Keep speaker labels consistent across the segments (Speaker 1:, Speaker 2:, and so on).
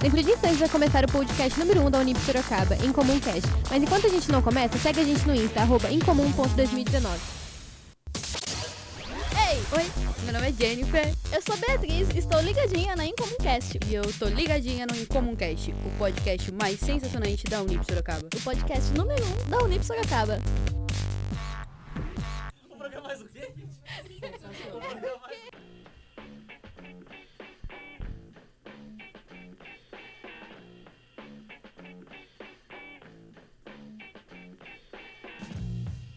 Speaker 1: Dentro de instantes vai começar o podcast número 1 um da Unip Sorocaba, Incomumcast. Mas enquanto a gente não começa, segue a gente no Insta, arroba incomum.2019.
Speaker 2: Ei, oi, meu nome é Jennifer. Eu sou Beatriz e estou ligadinha na Incomuncast.
Speaker 3: E eu tô ligadinha no Incomuncast, o podcast mais sensacionante da Unip Sorocaba.
Speaker 2: O podcast número 1 um da Unip Sorocaba.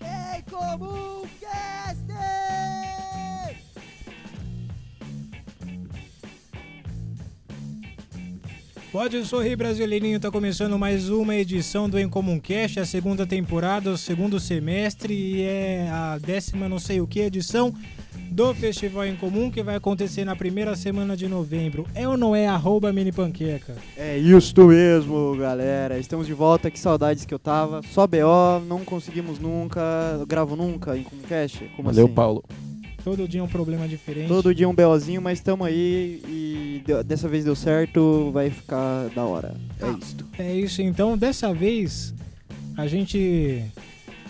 Speaker 4: Em Comum Cast!
Speaker 5: Pode sorrir, brasileirinho. Tá começando mais uma edição do Encomuncast, a segunda temporada, o segundo semestre e é a décima não sei o que edição do Festival em Comum que vai acontecer na primeira semana de novembro. É ou não é arroba mini panqueca?
Speaker 4: É isso mesmo, galera. Estamos de volta, que saudades que eu tava. Só BO, não conseguimos nunca, gravo nunca em Comcast. Como
Speaker 6: Valeu,
Speaker 4: assim?
Speaker 6: Paulo.
Speaker 5: Todo dia um problema diferente.
Speaker 4: Todo dia um BOzinho, mas tamo aí e deu- dessa vez deu certo, vai ficar da hora.
Speaker 6: Ah.
Speaker 4: É isto.
Speaker 5: É isso então. Dessa vez a gente.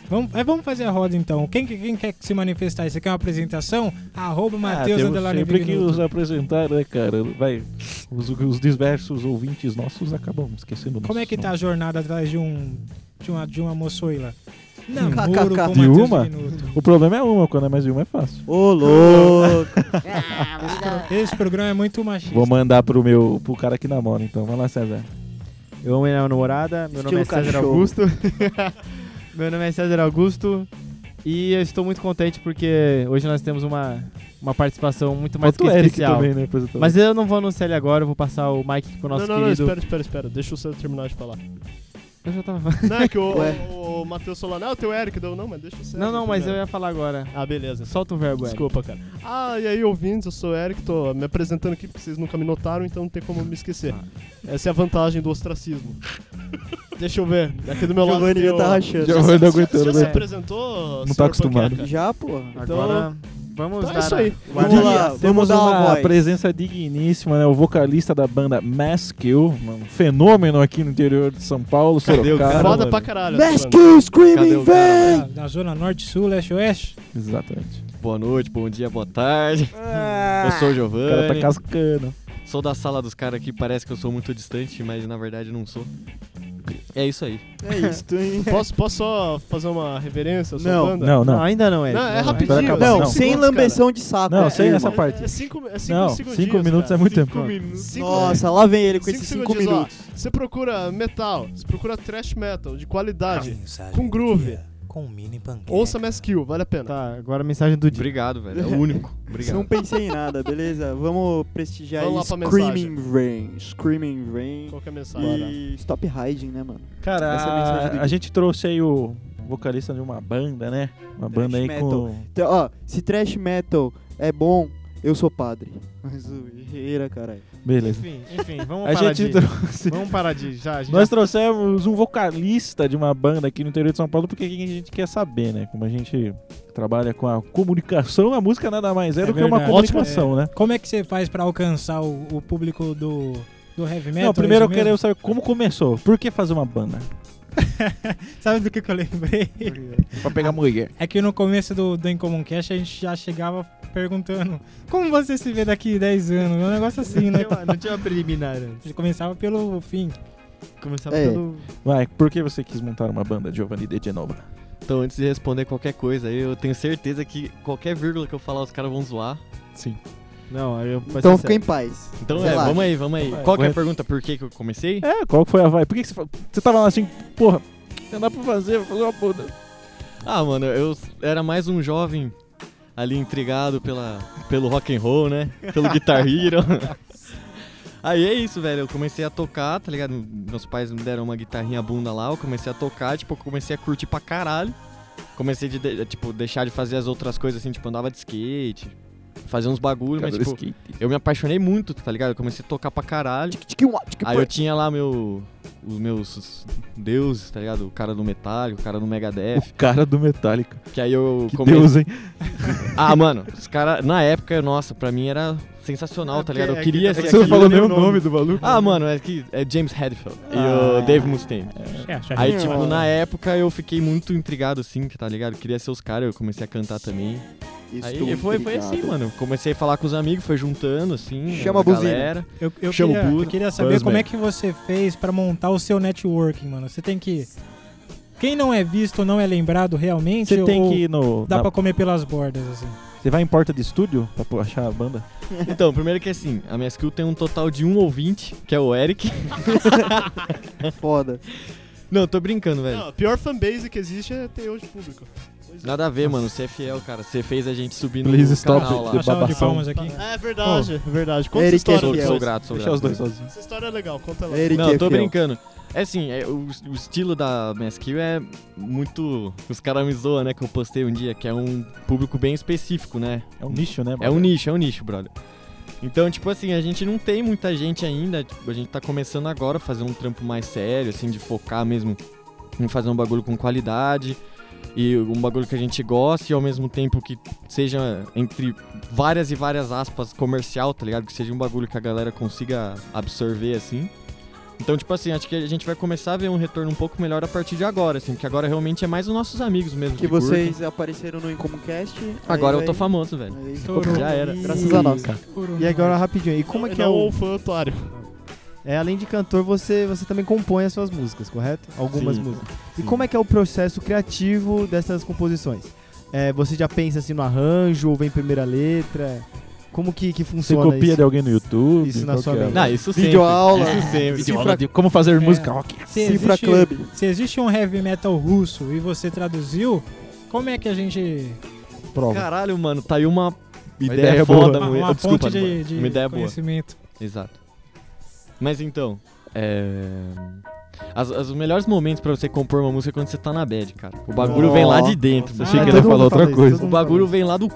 Speaker 5: Vamos, é, vamos fazer a roda então. Quem, que- quem quer se manifestar? Você quer uma apresentação? Arroba Matheus
Speaker 6: ah, temos
Speaker 5: Underline
Speaker 6: sempre que
Speaker 5: Vignuto.
Speaker 6: os apresentar, né, cara? Vai, os, os diversos ouvintes nossos acabam esquecendo
Speaker 5: Como é que tá a
Speaker 6: nossos
Speaker 5: jornada atrás de um. de uma, de uma moçoila?
Speaker 4: KKK.
Speaker 5: Namoro com
Speaker 6: Hum. De
Speaker 5: Matheus
Speaker 6: uma?
Speaker 5: Vignuto.
Speaker 6: nomes. O problema é uma, quando é mais de uma é fácil.
Speaker 4: Ô, louco!
Speaker 5: Esse programa é muito machista.
Speaker 6: Vou mandar pro meu pro cara que namora, então. Vai lá, César.
Speaker 7: Eu amo minha namorada, meu nome é
Speaker 4: Estilo
Speaker 7: César
Speaker 4: cachorro.
Speaker 7: Augusto. meu nome é César Augusto e eu estou muito contente porque hoje nós temos uma, uma participação muito mais
Speaker 6: Mas
Speaker 7: que
Speaker 6: o Eric
Speaker 7: especial.
Speaker 6: também, né? apresentador.
Speaker 7: Mas eu não vou anunciar ele agora, eu vou passar o mic pro nosso
Speaker 8: não, não,
Speaker 7: querido.
Speaker 8: não, espera, espera, espera. Deixa o César terminar de falar.
Speaker 7: Eu já tava falando.
Speaker 8: Não, é que o,
Speaker 4: Ué.
Speaker 8: o, o Matheus falou, não, é o teu Eric deu, não, mas deixa o César.
Speaker 7: Não, não, mas eu
Speaker 8: primeiro.
Speaker 7: ia falar agora.
Speaker 8: Ah, beleza.
Speaker 7: Solta um verbo, Eric.
Speaker 8: Desculpa, cara. Ah, e aí, ouvintes, eu sou o Eric, tô me apresentando aqui porque vocês nunca me notaram, então não tem como me esquecer. Essa é a vantagem do ostracismo. deixa eu ver. Aqui do meu lado.
Speaker 4: Giovanni
Speaker 8: tem
Speaker 4: já
Speaker 8: o-
Speaker 4: tá rachando.
Speaker 6: Já vou não
Speaker 8: Você já
Speaker 6: aguentando,
Speaker 8: se
Speaker 6: né?
Speaker 8: apresentou?
Speaker 6: tá
Speaker 8: senhor
Speaker 6: acostumado.
Speaker 8: Panqueca?
Speaker 4: Já, porra.
Speaker 7: Agora vamos
Speaker 8: Então é
Speaker 7: dar
Speaker 8: isso
Speaker 7: a-
Speaker 8: aí.
Speaker 4: Vamos
Speaker 6: Dia-
Speaker 4: lá, vamos
Speaker 6: temos
Speaker 4: dar uma
Speaker 6: uma
Speaker 4: voz.
Speaker 6: presença digníssima, né? O vocalista da banda Maskill, um fenômeno aqui no interior de São Paulo,
Speaker 7: Cadê o
Speaker 6: Sorocaba.
Speaker 7: cara,
Speaker 8: Foda
Speaker 7: mano?
Speaker 8: pra caralho. essa banda.
Speaker 4: Rescue Screaming Vem!
Speaker 5: Da, da zona norte, sul, leste, oeste.
Speaker 6: Exatamente.
Speaker 9: Boa noite, bom dia, boa tarde.
Speaker 8: Ah.
Speaker 9: Eu sou o
Speaker 6: O cara tá
Speaker 9: Giovanni.
Speaker 6: cascando.
Speaker 9: Sou da sala dos caras aqui, parece que eu sou muito distante, mas na verdade não sou. É isso aí.
Speaker 4: É isto, hein?
Speaker 8: Posso, posso só fazer uma reverência à sua
Speaker 4: Não.
Speaker 8: banda?
Speaker 6: Não,
Speaker 7: Não,
Speaker 6: não.
Speaker 7: ainda não, Eric.
Speaker 8: Não, é
Speaker 7: Não,
Speaker 8: rapidinho.
Speaker 6: Vai acabar,
Speaker 4: Não,
Speaker 6: não.
Speaker 4: sem
Speaker 8: segundos, cara.
Speaker 4: lambeção de saco.
Speaker 6: Não,
Speaker 4: É,
Speaker 6: sem
Speaker 4: é,
Speaker 6: essa
Speaker 4: mano.
Speaker 6: parte.
Speaker 8: É 5 é cinco
Speaker 6: Não,
Speaker 8: segundinhos,
Speaker 6: cinco minutos
Speaker 8: cara.
Speaker 6: é muito tempo.
Speaker 8: Cinco-
Speaker 4: Nossa, lá vem ele com esses
Speaker 8: Cinco
Speaker 4: 5
Speaker 8: segundos, ó.
Speaker 4: minutos.
Speaker 8: Você procura metal, você procura thrash metal de qualidade, com groove.
Speaker 10: Tá. com mini panqueca.
Speaker 8: Ouça Mass Kill, vale a pena.
Speaker 7: Tá, agora a mensagem do dia.
Speaker 9: Obrigado, velho. É o único. Obrigado.
Speaker 4: Não pensei em nada, beleza? Vamos prestigiar
Speaker 8: Vamos lá
Speaker 4: aí
Speaker 8: pra
Speaker 4: Screaming Rain. Screaming Rain.
Speaker 8: Qual que é a mensagem?
Speaker 4: E Stop Hiding, né, mano?
Speaker 6: Cara,
Speaker 4: Essa é a mensagem do
Speaker 6: a,
Speaker 4: dia.
Speaker 6: a gente trouxe aí o vocalista de uma banda, né? Uma banda aí
Speaker 4: metal.
Speaker 6: com.
Speaker 4: Então, ó, se trash metal é bom, eu sou padre. Mas zoeira, caralho.
Speaker 6: Beleza.
Speaker 7: Enfim, enfim, vamos
Speaker 6: A
Speaker 7: parar
Speaker 6: gente
Speaker 7: de...
Speaker 6: trouxe.
Speaker 7: Vamos parar de... Já, a gente
Speaker 6: Nós trouxemos um vocalista de uma banda aqui no interior de São Paulo, porque o que a gente quer saber, né? Como a gente trabalha com a comunicação, a música nada mais é,
Speaker 5: É
Speaker 6: do que uma
Speaker 5: verdade.
Speaker 6: comunicação, né?
Speaker 5: Como é que você faz pra alcançar o, o público do, do heavy metal?
Speaker 6: Não, primeiro
Speaker 5: É
Speaker 6: eu
Speaker 5: isso
Speaker 6: quero
Speaker 5: mesmo?
Speaker 6: saber como começou. Por que fazer uma banda?
Speaker 5: Sabe do que, que eu lembrei?
Speaker 6: Pra pegar mulher.
Speaker 5: É que no começo do, do Incomum Cash a gente já chegava perguntando como você se vê daqui 10 anos? É um negócio assim, né?
Speaker 7: Não tinha- não tinha uma preliminar antes.
Speaker 5: Ele começava pelo fim.
Speaker 7: Começava
Speaker 4: É.
Speaker 7: pelo...
Speaker 6: Vai, por que você quis montar uma banda, Giovanni de Genova?
Speaker 9: Então, antes de responder qualquer coisa, eu tenho certeza que qualquer vírgula que eu falar, os caras vão zoar.
Speaker 6: Sim.
Speaker 7: Não, aí eu... vai ser
Speaker 4: Então
Speaker 7: sério.
Speaker 4: fica em paz.
Speaker 9: Então,
Speaker 4: Sei
Speaker 9: é,
Speaker 4: lá.
Speaker 9: vamos aí, vamos aí. Qual que é a
Speaker 6: Vai.
Speaker 9: pergunta? Por que que eu comecei?
Speaker 6: É, qual que foi a vai? Por que, que você fa- Você tava lá assim, porra, não dá pra fazer, vou fazer uma banda.
Speaker 9: Ah, mano, eu era mais um jovem ali intrigado pela, pelo rock and roll, né? Pelo Guitar Hero. Aí é isso, velho. Eu comecei a tocar, tá ligado? Meus pais me deram uma guitarrinha bunda lá, eu comecei a tocar, tipo, eu comecei a curtir pra caralho. Comecei de, de- tipo, deixar de fazer as outras coisas, assim, tipo, andava de skate, fazia uns bagulho, mas,
Speaker 6: Cadê o
Speaker 9: tipo,
Speaker 6: skate?
Speaker 9: eu me apaixonei muito, tá ligado? Eu comecei a tocar pra caralho. Aí eu tinha lá meu, os meus deuses, tá ligado? O cara do Metallica, o cara do Megadeth.
Speaker 6: O cara do Metallica.
Speaker 9: Que aí eu
Speaker 6: Que
Speaker 9: comecei.
Speaker 6: Deus, hein?
Speaker 9: Ah, mano, os caras, na época, nossa, pra mim era sensacional, tá
Speaker 8: É,
Speaker 9: ligado?
Speaker 8: é
Speaker 9: Eu
Speaker 8: que
Speaker 9: queria
Speaker 8: também
Speaker 6: Você
Speaker 8: Esse
Speaker 9: ser
Speaker 6: não
Speaker 8: aqui
Speaker 6: falou
Speaker 8: eu
Speaker 6: nem
Speaker 8: nem
Speaker 6: o
Speaker 8: o
Speaker 6: nome
Speaker 8: nome.
Speaker 6: do maluco.
Speaker 9: Ah, mano, é, que é James Hetfield e
Speaker 6: Ah.
Speaker 9: o Dave Mustaine.
Speaker 5: É, já
Speaker 9: Aí,
Speaker 4: Não.
Speaker 9: tipo, na época eu fiquei muito intrigado, assim, tá ligado? Queria ser os caras, eu comecei a cantar também. Aí foi, foi assim, mano. Comecei a falar com os amigos, foi juntando, assim.
Speaker 4: Chama
Speaker 9: uma
Speaker 4: a buzina.
Speaker 9: galera.
Speaker 5: Eu, eu
Speaker 9: Chama o
Speaker 5: queria,
Speaker 9: Buda,
Speaker 5: eu queria saber
Speaker 9: Buzzman.
Speaker 5: como é que você fez pra montar o seu networking, mano. Você tem que. Quem não é visto não é lembrado realmente?
Speaker 6: Você tem
Speaker 5: ou
Speaker 6: que ir no.
Speaker 5: Dá
Speaker 6: na-
Speaker 5: pra comer pelas bordas, assim.
Speaker 6: Você vai em porta de estúdio pra pô- achar a banda?
Speaker 9: Então, primeiro que assim, a minha skill tem um total de um ouvinte, que é o Eric.
Speaker 4: Foda.
Speaker 9: Não, tô brincando, velho.
Speaker 8: Não, a pior fanbase que existe é ter hoje público. Pois é.
Speaker 9: Nada a ver, mano. Você é fiel, cara. Você fez a gente subir no
Speaker 6: Please
Speaker 9: canal
Speaker 6: stop
Speaker 9: lá.
Speaker 6: the
Speaker 5: Uma salva de
Speaker 6: babação.
Speaker 5: palmas aqui.
Speaker 8: É verdade, é verdade. Conta
Speaker 4: Eric é
Speaker 8: essa
Speaker 9: Sou,
Speaker 8: história.
Speaker 4: fiel.
Speaker 9: sou grato, sou
Speaker 6: Deixar os
Speaker 9: grato.
Speaker 6: dois sozinhos.
Speaker 8: Essa história é legal, conta lá.
Speaker 4: Eric
Speaker 9: Não,
Speaker 4: é
Speaker 9: tô
Speaker 4: fiel.
Speaker 9: brincando. É assim, é, o, o estilo da minha skill é muito. Os caras me zoam, né? Que eu postei um dia, que é um público bem específico, né?
Speaker 6: É um nicho, né?
Speaker 9: É um nicho, é um nicho, brother. Então, tipo assim, a gente não tem muita gente ainda. tipo, a gente tá começando agora a fazer um trampo mais sério, assim, de focar mesmo em fazer um bagulho com qualidade. E um bagulho que a gente gosta e ao mesmo tempo que seja, entre várias e várias aspas, comercial, tá ligado? Que seja um bagulho que a galera consiga absorver, assim. Então, tipo assim, acho que a gente vai começar a ver um retorno um pouco melhor a partir de agora, assim. Porque agora realmente é mais os nossos amigos mesmo.
Speaker 4: Que
Speaker 9: curtem.
Speaker 4: vocês apareceram no Incomuncast. aí
Speaker 9: Agora eu tô
Speaker 4: vai-
Speaker 9: famoso, velho.
Speaker 4: aí ficou-
Speaker 5: Estourou.
Speaker 9: Já era.
Speaker 4: Graças a nós.
Speaker 9: um
Speaker 5: Estourou,
Speaker 7: E agora,
Speaker 5: mano.
Speaker 7: rapidinho, e como é que é
Speaker 8: não,
Speaker 7: o...
Speaker 8: o fã otário?
Speaker 7: É, além de cantor, você, você também compõe as suas músicas, correto? Algumas
Speaker 9: Sim.
Speaker 7: músicas. E
Speaker 9: Sim.
Speaker 7: como é que é o processo criativo dessas composições? É, você já pensa assim no arranjo, ou vem primeira letra? Como que, que
Speaker 6: Você
Speaker 7: funciona
Speaker 6: copia
Speaker 7: isso?
Speaker 6: de alguém no YouTube?
Speaker 7: isso na
Speaker 6: qual
Speaker 7: sua
Speaker 6: que é?
Speaker 7: mente.
Speaker 9: Não, isso sempre.
Speaker 4: Videoaula.
Speaker 9: Isso sempre.
Speaker 4: Cifra,
Speaker 6: de como fazer
Speaker 5: música
Speaker 6: música rock.
Speaker 5: É. Se
Speaker 4: Cifra
Speaker 5: existe-
Speaker 4: Club.
Speaker 5: Se existe um heavy metal russo e você traduziu, como é que a gente.
Speaker 6: Prova.
Speaker 9: Caralho, mano, tá aí uma ideia,
Speaker 6: ideia boa.
Speaker 9: foda.
Speaker 5: uma,
Speaker 9: muito-
Speaker 5: uma
Speaker 9: Tá Desculpa,
Speaker 5: fonte de,
Speaker 9: mano.
Speaker 5: de
Speaker 9: uma ideia boa.
Speaker 5: conhecimento.
Speaker 9: Exato. Mas então, é... As, as- os melhores momentos pra você compor uma música é quando você tá na bad, cara. O bagulho
Speaker 4: Ó.
Speaker 9: vem lá de dentro. mano.
Speaker 6: Achei
Speaker 7: Ah,
Speaker 6: que
Speaker 7: todo
Speaker 6: ele
Speaker 7: mundo
Speaker 6: falou
Speaker 7: fala
Speaker 6: outra
Speaker 7: isso,
Speaker 6: coisa.
Speaker 7: todo
Speaker 9: O
Speaker 7: mundo
Speaker 9: bagulho
Speaker 7: fala
Speaker 9: vem lá do...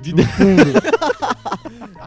Speaker 9: De dentro.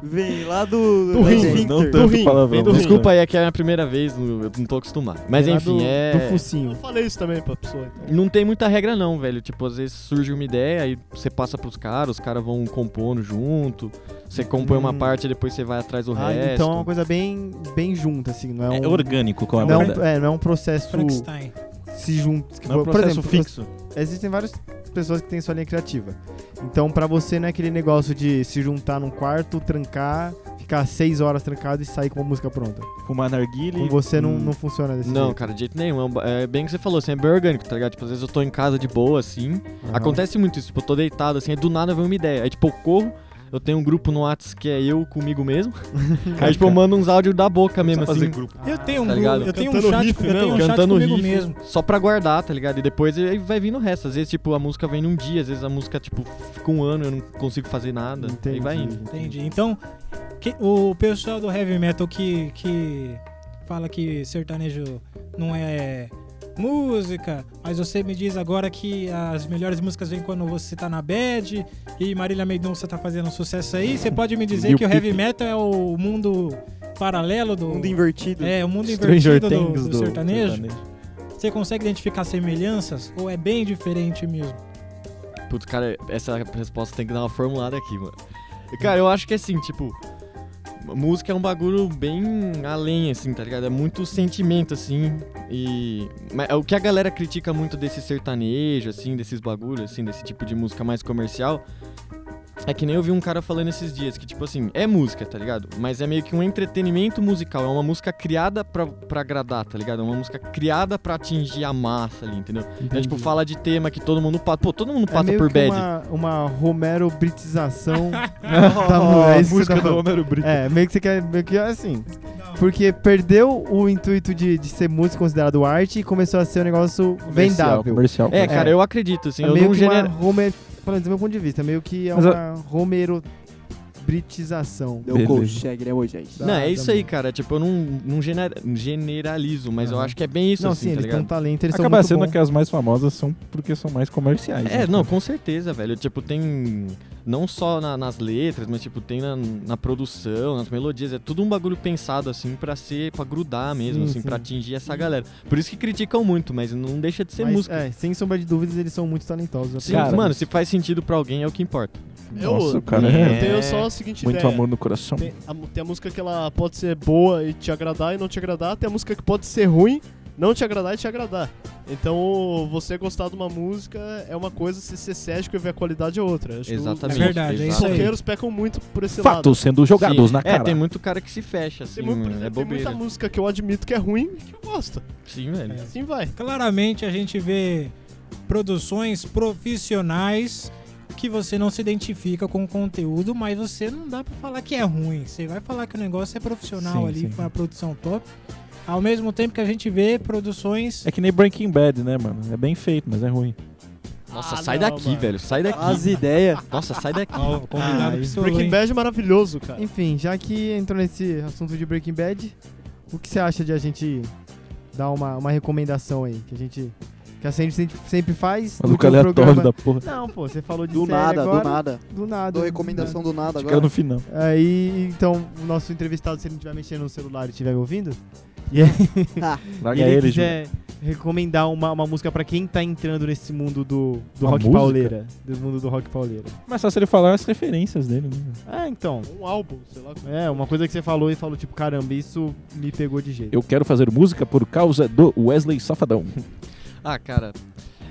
Speaker 4: Vem lá do...
Speaker 8: Do
Speaker 4: da
Speaker 8: rim,
Speaker 4: esfíncter.
Speaker 6: Não tanto palavrão. mas-
Speaker 9: Desculpa aí, é que é a minha primeira vez, no- eu não tô acostumado. Mas
Speaker 7: Vem lá
Speaker 9: enfim,
Speaker 7: do-
Speaker 9: é...
Speaker 7: Do
Speaker 8: Eu
Speaker 7: focinho.
Speaker 8: falei isso também pra pessoa. Então.
Speaker 9: Não tem muita regra não, velho. Tipo, às vezes surge uma ideia, aí você passa pros caras, os caras vão compondo junto. Você compõe uma
Speaker 7: Hum.
Speaker 9: parte, depois você vai atrás do
Speaker 7: Ah,
Speaker 9: resto.
Speaker 7: então é uma coisa bem, bem junta, assim, não é um...
Speaker 6: É orgânico com a
Speaker 7: não, é um-
Speaker 6: banda.
Speaker 7: é, não é um processo
Speaker 5: Frankenstein.
Speaker 7: se junto.
Speaker 6: Não é um
Speaker 7: Por
Speaker 6: processo
Speaker 7: exemplo,
Speaker 6: fixo.
Speaker 7: existem várias pessoas que têm sua linha criativa. Então, pra você, não é aquele negócio de se juntar num quarto, trancar, ficar seis horas trancado e sair com uma música pronta.
Speaker 6: Fumar narguile.
Speaker 7: Com você não,
Speaker 6: hum,
Speaker 7: não funciona desse
Speaker 9: Não,
Speaker 7: jeito.
Speaker 9: cara, de jeito nenhum. É um ba- É bem o que você falou, assim, é bem orgânico, tá ligado? Tipo, às vezes eu tô em casa de boa, assim.
Speaker 7: Aham.
Speaker 9: Acontece muito isso, tipo, eu tô deitado, assim, aí do nada vem uma ideia. Aí, tipo, eu corro, eu tenho um grupo no Whats que é eu comigo mesmo. aí, tipo, eu mando uns áudios da boca mesmo,
Speaker 6: fazer
Speaker 9: assim.
Speaker 7: Ah,
Speaker 5: Eu tenho um,
Speaker 9: Tá
Speaker 5: grupo-
Speaker 9: ligado?
Speaker 5: eu tenho um
Speaker 8: Cantando
Speaker 5: chat,
Speaker 8: riff,
Speaker 5: eu
Speaker 8: né,
Speaker 5: tenho um
Speaker 8: mano?
Speaker 5: chat
Speaker 9: Cantando
Speaker 5: comigo
Speaker 9: riff.
Speaker 5: mesmo.
Speaker 9: Só pra guardar, tá ligado? E depois aí vai vindo o resto. Às vezes, tipo, a música vem num dia, às vezes a música, tipo, fica um ano, eu não consigo fazer nada. Aí vai indo.
Speaker 5: Entendi. Então, que- o pessoal do heavy metal que, que fala que sertanejo não é música, mas você me diz agora que as melhores músicas vêm quando você tá na bad e Marília Mendonça tá fazendo sucesso aí. Você pode me dizer
Speaker 6: Lil
Speaker 5: que o heavy metal é o mundo paralelo do.
Speaker 4: Mundo invertido.
Speaker 5: é, o mundo
Speaker 6: Stranger
Speaker 5: invertido do,
Speaker 6: Things
Speaker 5: do, sertanejo. Você consegue identificar semelhanças ou é bem diferente mesmo?
Speaker 9: Putz, cara, essa resposta tem que dar uma formulada aqui, mano. Cara, eu acho que assim, tipo, música é um bagulho bem além, assim, tá ligado? É muito sentimento, assim. E. Mas é o que a galera critica muito desse sertanejo, assim, desses bagulhos, assim, desse tipo de música mais comercial. É que nem eu vi um cara falando esses dias, que tipo assim, é música, tá ligado? Mas é meio que um entretenimento musical, é uma música criada pra, pra agradar, tá ligado? É uma música criada pra atingir a massa ali, entendeu? É tipo, fala de tema que todo mundo passa. Pô, todo mundo
Speaker 7: É
Speaker 9: passa
Speaker 7: meio
Speaker 9: por
Speaker 7: que
Speaker 9: bad.
Speaker 7: uma, uma Romero britização da mu- é isso que
Speaker 6: música
Speaker 7: você tá
Speaker 6: do
Speaker 7: falando.
Speaker 6: Romero Brito.
Speaker 7: É, meio que você quer. Meio que é assim. Porque perdeu o intuito de, de ser música considerado arte e começou a ser um negócio
Speaker 6: Comercial,
Speaker 7: vendável.
Speaker 6: Comercial.
Speaker 9: É, cara,
Speaker 7: É.
Speaker 9: eu acredito, assim.
Speaker 7: é
Speaker 9: eu
Speaker 7: meio
Speaker 9: não
Speaker 7: que uma
Speaker 9: genero.
Speaker 7: Homer, pelo menos do meu ponto de vista, é meio que é
Speaker 6: Mas
Speaker 7: uma Romero britização.
Speaker 4: Eu
Speaker 6: Beleza.
Speaker 4: consegue, né, Moisés?
Speaker 9: Não, é
Speaker 7: Ah,
Speaker 9: isso
Speaker 7: também.
Speaker 9: aí, cara. Tipo, eu não, não gener- generalizo, mas eu
Speaker 7: Aham.
Speaker 9: acho que é bem isso,
Speaker 7: Não,
Speaker 9: assim,
Speaker 7: sim,
Speaker 9: tá
Speaker 7: eles têm um
Speaker 9: ligado?
Speaker 7: talento, eles
Speaker 6: Acaba
Speaker 7: são
Speaker 6: sendo
Speaker 7: muito
Speaker 6: que as mais famosas são porque são mais comerciais.
Speaker 9: É,
Speaker 6: né?
Speaker 9: não, com certeza, velho. Tipo, tem. Não só na- nas letras, mas, tipo, tem na, na produção, nas melodias. É tudo um bagulho pensado, assim, pra ser. pra grudar mesmo,
Speaker 7: Sim,
Speaker 9: assim,
Speaker 7: sim.
Speaker 9: pra atingir essa galera. Por isso que criticam muito, mas não deixa de ser
Speaker 7: Mas,
Speaker 9: música.
Speaker 7: É, sem sombra de dúvidas, eles são muito talentosos.
Speaker 9: Sim,
Speaker 7: apenas.
Speaker 6: cara.
Speaker 9: mano, se faz sentido pra alguém é o que importa.
Speaker 8: Eu,
Speaker 6: Nossa, o cara
Speaker 8: eu
Speaker 6: é
Speaker 8: tenho só a seguinte
Speaker 6: muito
Speaker 8: ideia.
Speaker 6: amor no coração.
Speaker 8: Tem a, mu- tem a música que ela pode ser boa e te agradar e não te agradar, tem a música que pode ser ruim, não te agradar e te agradar. Então, você gostar de uma música é uma coisa, se ser cético e ver a qualidade é outra. Acho que o-
Speaker 9: Exatamente.
Speaker 5: É verdade, é
Speaker 8: Os
Speaker 5: isso aí.
Speaker 8: solteiros pecam muito por esse lado.
Speaker 6: Fatos sendo jogados
Speaker 9: Sim.
Speaker 6: na cara.
Speaker 9: É, tem muito cara que se fecha, assim,
Speaker 8: Tem, muito, por
Speaker 9: mano, é
Speaker 8: exemplo, tem
Speaker 9: bobeira.
Speaker 8: muita música que eu admito que é ruim e que eu gosto.
Speaker 9: Sim, é. velho.
Speaker 8: Assim vai.
Speaker 5: Claramente a gente vê produções profissionais que você não se identifica com o conteúdo, mas você não dá pra falar que é ruim. Você vai falar que o negócio é profissional
Speaker 6: Sim,
Speaker 5: ali,
Speaker 6: sim.
Speaker 5: foi uma produção top. Ao mesmo tempo que a gente vê produções
Speaker 6: É que nem Breaking Bad, né, mano? É bem feito, mas é ruim.
Speaker 9: Nossa,
Speaker 8: Ah,
Speaker 9: sai
Speaker 8: não,
Speaker 9: daqui,
Speaker 8: mano.
Speaker 9: velho. Sai daqui.
Speaker 4: As ideias.
Speaker 9: Nossa, sai daqui.
Speaker 5: Ó, o convidado
Speaker 4: Ah,
Speaker 5: precisou,
Speaker 8: Breaking
Speaker 5: hein?
Speaker 8: Bad é maravilhoso, cara.
Speaker 7: Enfim, já que entrou nesse assunto de Breaking Bad, o que você acha de a gente dar uma, uma recomendação aí? Que a gente. Que a gente sempre, sempre faz.
Speaker 6: Maluco
Speaker 7: no
Speaker 6: aleatório
Speaker 7: programa.
Speaker 6: da porra.
Speaker 7: Não, pô, você falou de
Speaker 4: Do
Speaker 7: série
Speaker 4: nada,
Speaker 7: agora,
Speaker 4: do nada.
Speaker 7: Do nada.
Speaker 4: Dou recomendação do nada
Speaker 6: Fica
Speaker 4: agora.
Speaker 6: no final.
Speaker 7: Aí, então, o nosso entrevistado, se ele não estiver mexendo no celular e estiver me ouvindo, e
Speaker 6: Larga
Speaker 7: ele,
Speaker 6: ele, Júlio.
Speaker 7: quiser recomendar uma, uma música pra quem tá entrando nesse mundo do, do
Speaker 6: Uma
Speaker 7: rock
Speaker 6: música?
Speaker 7: pauleira. Do mundo do rock pauleira.
Speaker 6: Mas só se É ele falar as referências dele, né?
Speaker 7: Ah, então.
Speaker 8: Um álbum, sei lá.
Speaker 7: É, uma coisa que você falou e falou, tipo, caramba, isso me pegou de jeito.
Speaker 6: Eu quero fazer música por causa do Wesley Safadão.
Speaker 9: Ah, cara.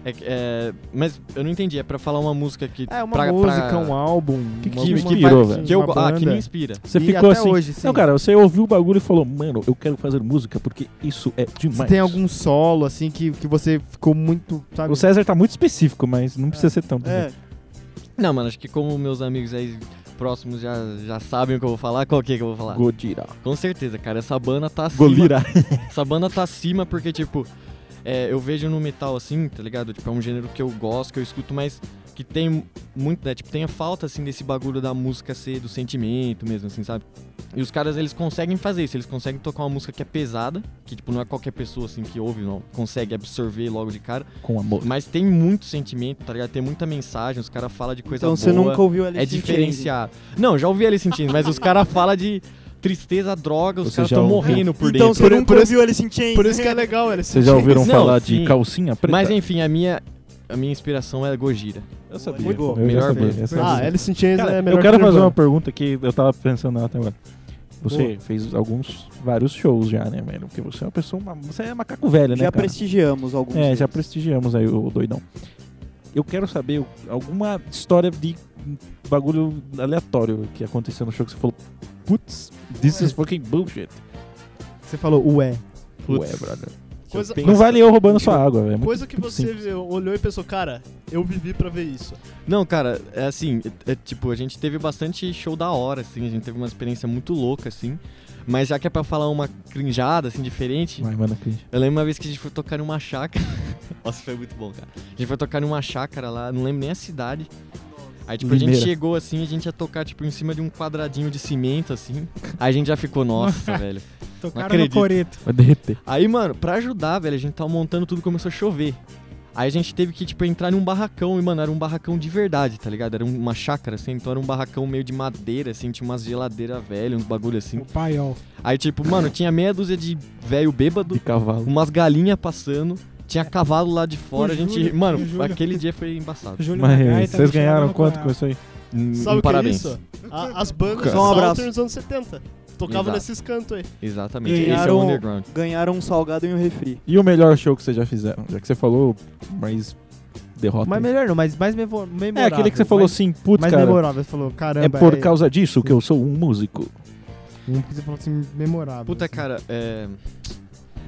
Speaker 9: É, que- é, mas eu não entendi. É pra falar uma música que.
Speaker 7: É, uma
Speaker 9: pra- pra-
Speaker 7: música, um álbum.
Speaker 6: Que-
Speaker 7: uma-
Speaker 6: que-
Speaker 7: uma
Speaker 6: que
Speaker 7: vibe
Speaker 6: virou,
Speaker 7: de
Speaker 6: velho?
Speaker 9: que eu
Speaker 7: uma
Speaker 9: go- ah, que
Speaker 7: banda.
Speaker 9: me inspira.
Speaker 6: Você
Speaker 7: E
Speaker 6: ficou
Speaker 7: até
Speaker 6: assim.
Speaker 7: hoje, sim.
Speaker 6: Não, cara, você ouviu o bagulho e falou, mano, eu quero fazer música porque isso é
Speaker 7: Se
Speaker 6: demais.
Speaker 7: tem algum solo, assim, que, que você ficou muito, sabe?
Speaker 6: O César tá muito específico, mas não precisa ser tanto. né?
Speaker 4: É,
Speaker 9: Não, mano, acho que como meus amigos aí próximos já, já sabem o que eu vou falar, qual que é que eu vou falar?
Speaker 6: Godira.
Speaker 9: Com certeza, cara. Essa banda tá acima.
Speaker 6: Golira.
Speaker 9: Essa banda tá acima porque, tipo, é, eu vejo no metal assim, tá ligado? Tipo, é um gênero que eu gosto, que eu escuto, mas que tem muito, né? Tipo, tem a falta, assim, desse bagulho da música ser do sentimento mesmo, assim, sabe? E os caras, eles conseguem fazer isso, eles conseguem tocar uma música que é pesada, que, tipo, não é qualquer pessoa, assim, que ouve, não consegue absorver logo de cara,
Speaker 6: Com amor.
Speaker 9: mas tem muito sentimento, tá ligado? Tem muita mensagem, os caras falam de coisa
Speaker 4: então
Speaker 9: boa.
Speaker 4: você nunca ouviu Alice
Speaker 9: É
Speaker 4: in Chains.
Speaker 9: diferenciado. Não, já ouvi Alice in Chains, mas os caras falam de tristeza, droga,
Speaker 6: Ou
Speaker 9: os caras
Speaker 6: seja,
Speaker 9: estão
Speaker 6: o-
Speaker 9: morrendo por
Speaker 4: Então
Speaker 9: dentro.
Speaker 4: você
Speaker 8: Por-
Speaker 4: nunca
Speaker 8: por isso-
Speaker 4: ouviu Alice in Chains.
Speaker 8: Por isso que é legal, Alice.
Speaker 6: Vocês já ouviram
Speaker 9: Não,
Speaker 6: falar
Speaker 9: sim.
Speaker 6: de calcinha preta?
Speaker 9: Mas enfim, a minha, a minha inspiração é Gojira.
Speaker 6: eu sabia.
Speaker 4: Muito bom.
Speaker 6: Eu já
Speaker 9: Melhor
Speaker 6: sabia.
Speaker 9: banda.
Speaker 6: essa
Speaker 8: Ah,
Speaker 6: é
Speaker 8: Alice in Chains
Speaker 6: Cara,
Speaker 8: é melhor
Speaker 6: eu quero
Speaker 8: que
Speaker 6: fazer
Speaker 8: Nirvana.
Speaker 6: uma pergunta que eu tava pensando até agora. Você fez alguns, vários shows já, né, velho? Porque você é uma pessoa, uma- você é macaco velho, né,
Speaker 4: Já
Speaker 6: cara?
Speaker 4: prestigiamos alguns.
Speaker 6: É, já
Speaker 4: deles.
Speaker 6: prestigiamos aí o doidão. Eu quero saber o- alguma história de bagulho aleatório que aconteceu no show que você falou, putz, this is fucking bullshit.
Speaker 7: Você falou, ué.
Speaker 6: Ué, brother.
Speaker 8: Coisa-
Speaker 6: Não vale eu roubando sua água, velho. É muito-
Speaker 8: Coisa que
Speaker 6: muito
Speaker 8: você
Speaker 6: simples.
Speaker 8: olhou e pensou, cara, eu vivi pra ver isso.
Speaker 9: Não, cara, é assim, é, é tipo, a gente teve bastante show da hora, assim, a gente teve uma experiência muito louca, assim. Mas já que é pra falar uma crinjada, assim, diferente,
Speaker 6: Vai, manda aqui.
Speaker 9: eu lembro uma vez que a gente foi tocar numa chácara. Nossa, foi muito bom, cara. A gente foi tocar numa chácara lá, não lembro nem a cidade. Aí, tipo, a gente
Speaker 6: Limeira.
Speaker 9: chegou assim, a gente ia tocar, tipo, em cima de um quadradinho de cimento, assim. Aí a gente já ficou, nossa, velho. Não
Speaker 5: Tocaram no
Speaker 9: acredito.
Speaker 5: coreto.
Speaker 6: Vai derreter.
Speaker 9: Aí, mano, pra ajudar, velho, a gente tava montando tudo, começou a chover. Aí a gente teve que, tipo, entrar num barracão, e, mano, era um barracão de verdade, tá ligado? Era um- uma chácara, assim, então era um barracão meio de madeira, assim, tinha umas geladeiras velhas, uns bagulho assim.
Speaker 5: O paiol.
Speaker 9: Aí, tipo, mano, tinha meia dúzia de velho bêbado,
Speaker 6: De cavalo.
Speaker 9: umas galinhas passando, tinha cavalo lá de fora, a
Speaker 5: O
Speaker 9: gente.
Speaker 5: Júlio,
Speaker 9: mano,
Speaker 5: o Júlio.
Speaker 9: aquele dia foi embaçado.
Speaker 5: Júlio
Speaker 6: Mas
Speaker 5: Magai tá
Speaker 6: vocês
Speaker 5: me chamando
Speaker 6: ganharam
Speaker 5: no
Speaker 6: quanto com
Speaker 5: coral.
Speaker 6: isso aí?
Speaker 9: Um-
Speaker 8: Sabe o
Speaker 9: um
Speaker 8: que
Speaker 9: parabéns.
Speaker 8: é isso? A- as bandas
Speaker 4: Só um abraço.
Speaker 8: Southern dos anos 70. Tocavam
Speaker 9: Exato.
Speaker 8: nesses cantos aí.
Speaker 9: Exatamente. Esse é
Speaker 4: Ganharam-
Speaker 9: o underground.
Speaker 4: Ganharam um salgado e um refri.
Speaker 6: E o melhor show que vocês já fizeram? Já que você falou, mas derrota.
Speaker 7: Mas
Speaker 6: aí.
Speaker 7: melhor não, mas mais mevo- memorável.
Speaker 6: é aquele que você falou
Speaker 7: mais,
Speaker 6: assim, putz,
Speaker 7: Mais
Speaker 6: cara,
Speaker 7: memorável. Você falou,
Speaker 6: é
Speaker 7: caramba.
Speaker 6: por causa disso que eu sou um músico.
Speaker 7: Um que você falou assim, memorável.
Speaker 9: Puta,
Speaker 7: assim.
Speaker 9: cara, é.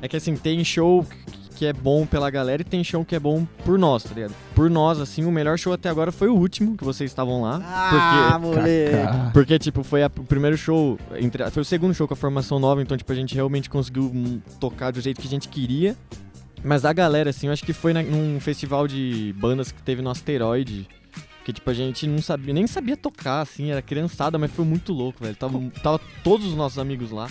Speaker 9: É que assim, tem show que- que é bom pela galera e tem show que é bom por nós, tá ligado? Por nós, assim, o melhor show até agora foi o último que vocês estavam lá.
Speaker 4: Ah, moleque.
Speaker 6: Cacá.
Speaker 9: Porque, tipo, foi a- o primeiro show. entre- foi o segundo show com a formação nova, então, tipo, a gente realmente conseguiu hum, tocar do jeito que a gente queria. Mas a galera, assim, eu acho que foi na- num festival de bandas que teve no Asteroide. Que, tipo, a gente não sabia, nem sabia tocar, assim, era criançada, mas foi muito louco, velho. Tava, tava todos os nossos amigos lá.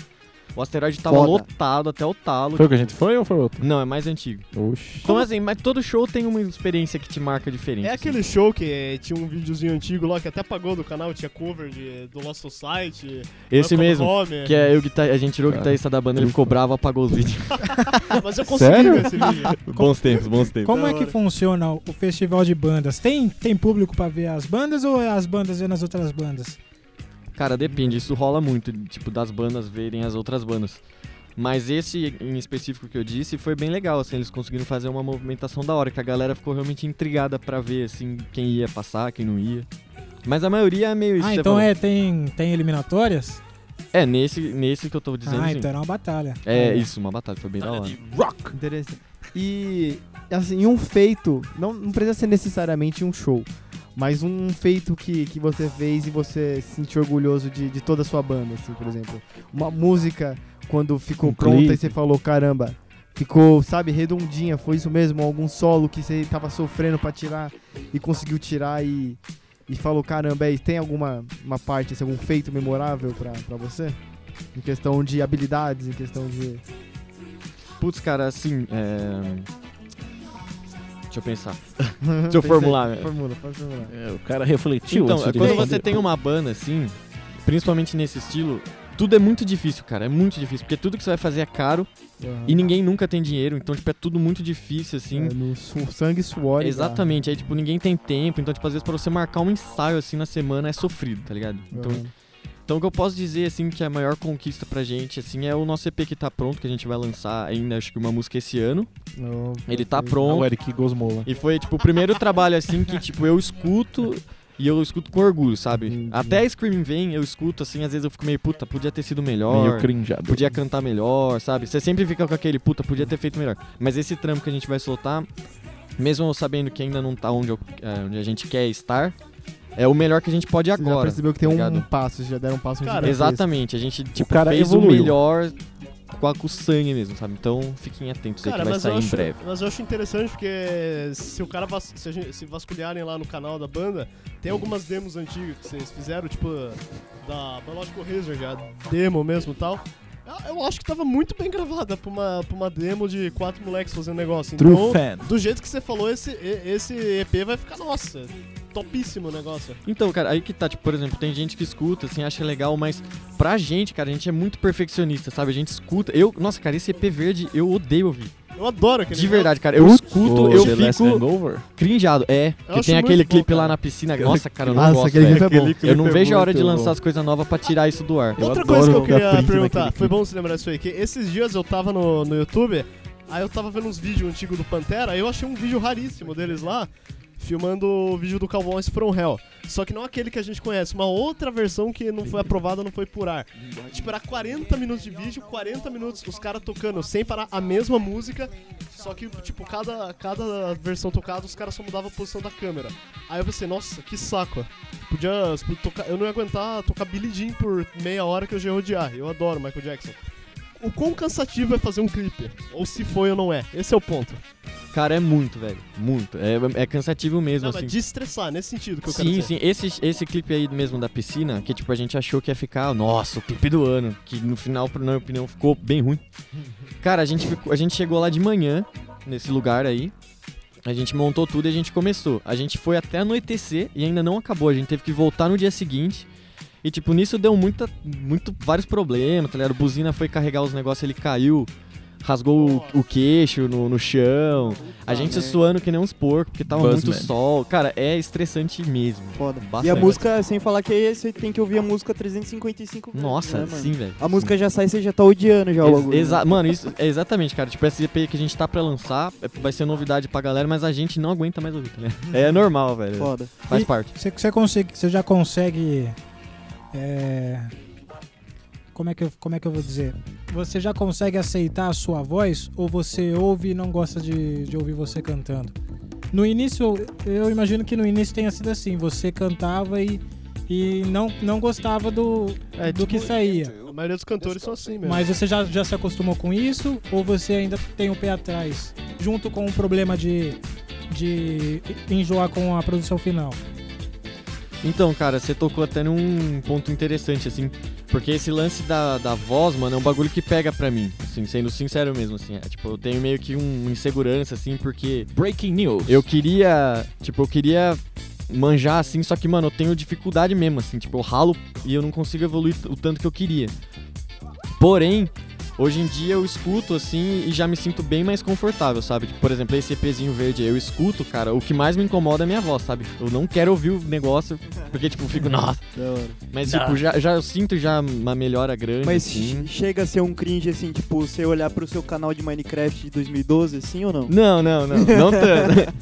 Speaker 9: O asteroide tava
Speaker 4: Foda.
Speaker 9: lotado até o talo.
Speaker 6: Foi o que a gente foi ou foi outro?
Speaker 9: Não, é mais antigo.
Speaker 6: Oxi.
Speaker 9: Então, assim, mas todo show tem uma experiência que te marca diferente.
Speaker 8: É
Speaker 9: assim.
Speaker 8: aquele show que tinha um videozinho antigo lá que até apagou do canal, tinha cover de, do Lost Society.
Speaker 9: Esse
Speaker 8: Welcome
Speaker 9: mesmo.
Speaker 8: Home.
Speaker 9: Que é eu, guitar- a gente tirou o
Speaker 6: Cara,
Speaker 9: guitarrista da banda, ele
Speaker 6: trufa.
Speaker 9: ficou bravo, apagou os vídeos.
Speaker 8: Mas eu consegui
Speaker 6: Sério?
Speaker 8: ver esse vídeo.
Speaker 9: bons tempos, bons tempos.
Speaker 5: Como
Speaker 8: da
Speaker 5: é que
Speaker 8: hora.
Speaker 5: funciona o festival de bandas? Tem, tem público pra ver as bandas ou é as bandas vendo as outras bandas?
Speaker 9: Cara, depende, isso rola muito, tipo, das bandas verem as outras bandas. Mas esse em específico que eu disse foi bem legal, assim, eles conseguiram fazer uma movimentação da hora, que a galera ficou realmente intrigada pra ver, assim, quem ia passar, quem não ia. Mas a maioria é meio isso.
Speaker 5: ah,
Speaker 9: que você
Speaker 5: então
Speaker 9: falou.
Speaker 5: é, tem, tem eliminatórias?
Speaker 9: É, nesse, nesse que eu tô dizendo,
Speaker 5: ah,
Speaker 9: sim.
Speaker 5: então era uma batalha.
Speaker 9: É isso, uma batalha, foi bem da hora.
Speaker 6: rock.
Speaker 7: Interessante. E, assim, um feito, não, não precisa ser necessariamente um show, mas um feito que, que você fez e você se sentiu orgulhoso de, de toda a sua banda, assim, por exemplo. Uma música, quando ficou
Speaker 6: Um
Speaker 7: pronta
Speaker 6: clipe.
Speaker 7: e você falou, caramba, ficou, sabe, redondinha, foi isso mesmo? Algum solo que você tava sofrendo pra tirar e conseguiu tirar e, e falou, caramba, é, isso." tem alguma uma parte, assim, algum feito memorável pra, pra você? Em questão de habilidades, em questão de...
Speaker 9: Putz, cara, assim, é... Deixa eu pensar. Deixa eu formular, né?
Speaker 7: Uhum. Formula, pode formular.
Speaker 6: É, o cara refletiu.
Speaker 9: Então,
Speaker 6: antes de
Speaker 9: quando
Speaker 6: responder.
Speaker 9: você tem uma banda assim, principalmente nesse estilo, tudo é muito difícil, cara. É muito difícil. Porque tudo que você vai fazer é caro e ninguém nunca tem dinheiro. Então, tipo, é tudo muito difícil, assim.
Speaker 7: Ah, É, no su- sangue, suor e
Speaker 9: Exatamente. Aí, tipo, ninguém tem tempo. Então, tipo, às vezes pra você marcar um ensaio assim na semana é sofrido, tá ligado?
Speaker 7: barro.
Speaker 9: Então, então o que eu posso dizer, assim, que a maior conquista pra gente, assim, é o nosso EP que tá pronto, que a gente vai lançar ainda, acho que uma música esse ano.
Speaker 7: Uhum. Não, é.
Speaker 9: Ele
Speaker 7: perfeito.
Speaker 9: tá
Speaker 6: Ah,
Speaker 9: pronto.
Speaker 6: o Eric Gosmola.
Speaker 9: E foi, tipo, o primeiro trabalho, assim, que, tipo, eu escuto e eu escuto com orgulho, sabe?
Speaker 7: Entendi.
Speaker 9: Até a Screaming vem, eu escuto, assim, às vezes eu fico meio, puta, podia ter sido
Speaker 6: Meio
Speaker 9: melhor.
Speaker 6: crinjado.
Speaker 9: Podia cantar melhor, sabe? Você sempre fica com aquele, puta, podia ter feito melhor. Mas esse trampo que a gente vai soltar, mesmo eu sabendo que ainda não tá onde, eu- é, onde a gente quer estar, é o melhor que a gente pode
Speaker 7: Você já
Speaker 9: agora. tá
Speaker 7: percebeu que tem um
Speaker 9: ligado?
Speaker 7: passo, já deram um passo
Speaker 8: Cara,
Speaker 7: gigantesco.
Speaker 9: Exatamente, a gente, tipo,
Speaker 6: cara
Speaker 9: fez o
Speaker 6: evoluiu.
Speaker 9: melhor com, a, com o sangue mesmo, sabe? Então fiquem atentos aí
Speaker 8: Cara,
Speaker 9: que vai
Speaker 8: mas eu,
Speaker 9: sair em
Speaker 8: acho,
Speaker 9: breve.
Speaker 8: mas eu acho interessante porque se o cara vas- se, a gente- se vasculharem lá no canal da banda, tem algumas demos antigas que vocês fizeram, tipo da Biological Razor, já demo mesmo e tal. Eu- Eu acho que tava muito bem gravada pra uma, pra uma demo de quatro moleques fazendo negócio.
Speaker 6: True
Speaker 8: Então,
Speaker 6: fan.
Speaker 8: do jeito que você falou, esse, e- esse EP vai ficar, nossa, topíssimo o negócio.
Speaker 9: Então, cara, aí que tá, tipo, por exemplo, tem gente que escuta, assim, acha legal, mas pra gente, cara, a gente é muito perfeccionista, sabe? A gente escuta. Eu, nossa, cara, esse EP verde eu odeio ouvir.
Speaker 8: Eu adoro aquele
Speaker 9: De
Speaker 8: negócio.
Speaker 9: verdade, cara. Eu escuto,
Speaker 6: O
Speaker 9: eu
Speaker 6: Oh, The Last
Speaker 9: fico
Speaker 6: Hangover?
Speaker 9: crinjado. É, que
Speaker 8: acho
Speaker 9: tem
Speaker 8: muito
Speaker 9: aquele
Speaker 8: bom,
Speaker 9: clipe lá
Speaker 8: cara.
Speaker 9: na piscina. Nossa, cara, eu não
Speaker 7: Nossa,
Speaker 9: gosto.
Speaker 7: aquele
Speaker 9: velho.
Speaker 7: clipe é bom.
Speaker 9: Eu não vejo a hora de lançar as coisas novas pra tirar isso do ar.
Speaker 6: Eu
Speaker 8: Outra
Speaker 6: adoro
Speaker 8: coisa que eu
Speaker 6: dar
Speaker 8: queria
Speaker 6: print
Speaker 8: perguntar,
Speaker 6: naquele
Speaker 8: foi
Speaker 6: clipe.
Speaker 8: bom você lembrar isso aí, que esses dias eu tava no, no YouTube, aí eu tava vendo uns vídeos antigos do Pantera, aí eu achei um vídeo raríssimo deles lá, filmando o vídeo do Cowboys From Hell. Só que não aquele que a gente conhece, uma outra versão que não foi aprovada, não foi por ar. Tipo, era 40 minutos de vídeo, 40 minutos os caras tocando sem parar a mesma música, só que, tipo, cada, cada versão tocada os caras só mudavam a posição da câmera. Aí eu pensei, nossa, que saco. Podia se podia tocar, eu não ia aguentar tocar Billy Jean por meia hora que eu já ia odiar. Eu adoro Michael Jackson. O quão cansativo é fazer um clipe? Ou se foi ou não é? Esse é o ponto.
Speaker 9: Cara, é muito, velho. Muito. É, é cansativo mesmo,
Speaker 8: Não,
Speaker 9: assim.
Speaker 8: mas de estressar, nesse sentido que eu quero
Speaker 9: Sim,
Speaker 8: dizer.
Speaker 9: sim. Esse, esse clipe aí mesmo da piscina, que tipo, a gente achou que ia ficar, nossa, o clipe do ano. Que no final, na minha opinião, ficou bem ruim. Cara, a gente, ficou- a gente chegou lá de manhã, nesse lugar aí. A gente montou tudo e a gente começou. A gente foi até anoitecer e ainda não acabou. A gente teve que voltar no dia seguinte. E tipo, nisso deu muita, muito, vários problemas, tá ligado? Buzina foi carregar os negócios, ele caiu, rasgou o, o queixo no, no chão. A gente suando que nem uns porcos, porque tá tava muito
Speaker 6: Buzzman.
Speaker 9: sol. Cara, é estressante mesmo.
Speaker 4: Foda. E a
Speaker 9: Bastante.
Speaker 4: música, sem falar que você tem que ouvir a música 355 vezes,
Speaker 9: Nossa,
Speaker 4: né, mano?
Speaker 9: sim, velho.
Speaker 4: A música já sai e você já tá odiando já o
Speaker 9: Ex
Speaker 4: bagulho.
Speaker 9: exa- mano, isso é exatamente, cara. Tipo, esse EP que a gente tá pra lançar é- vai ser novidade pra galera, mas a gente não aguenta mais ouvir, tá ligado? É normal, velho.
Speaker 4: Foda.
Speaker 9: Faz
Speaker 5: E-
Speaker 9: parte.
Speaker 5: Você, você, consegue, você já consegue. é, como, é que eu, como é que eu vou dizer? Você já consegue aceitar a sua voz ou você ouve e não gosta de, de ouvir você cantando? No início, eu imagino que no início tenha sido assim: você cantava e, e não, não gostava do,
Speaker 8: É,
Speaker 5: do que saía.
Speaker 8: A maioria dos cantores são assim mesmo.
Speaker 5: Mas você já, já se acostumou com isso ou você ainda tem o pé atrás? Junto com o problema de, de enjoar com a produção final?
Speaker 9: Então, cara, você tocou até num ponto interessante, assim. Porque esse lance da, da voz, mano, é um bagulho que pega pra mim. Assim, sendo sincero mesmo, assim. É, tipo, eu tenho meio que um- uma insegurança, assim, porque
Speaker 6: Breaking news.
Speaker 9: eu queria. Tipo, eu queria manjar, assim, só que, mano, eu tenho dificuldade mesmo, assim. Tipo, eu ralo e eu não consigo evoluir t- o tanto que eu queria. Porém. Hoje em dia eu escuto assim e já me sinto bem mais confortável, sabe? Tipo, Por exemplo, esse EPzinho verde aí, eu escuto, cara, o que mais me incomoda é a minha voz, sabe? Eu não quero ouvir o negócio, porque tipo, eu fico, nossa,
Speaker 4: Da hora.
Speaker 9: mas, tipo, já, já eu sinto já uma melhora grande,
Speaker 4: Mas che-
Speaker 9: assim.
Speaker 4: chega a ser um cringe, assim, tipo, você olhar pro seu canal de Minecraft de 2012, assim ou não?
Speaker 9: Não, não, não. Não tanto.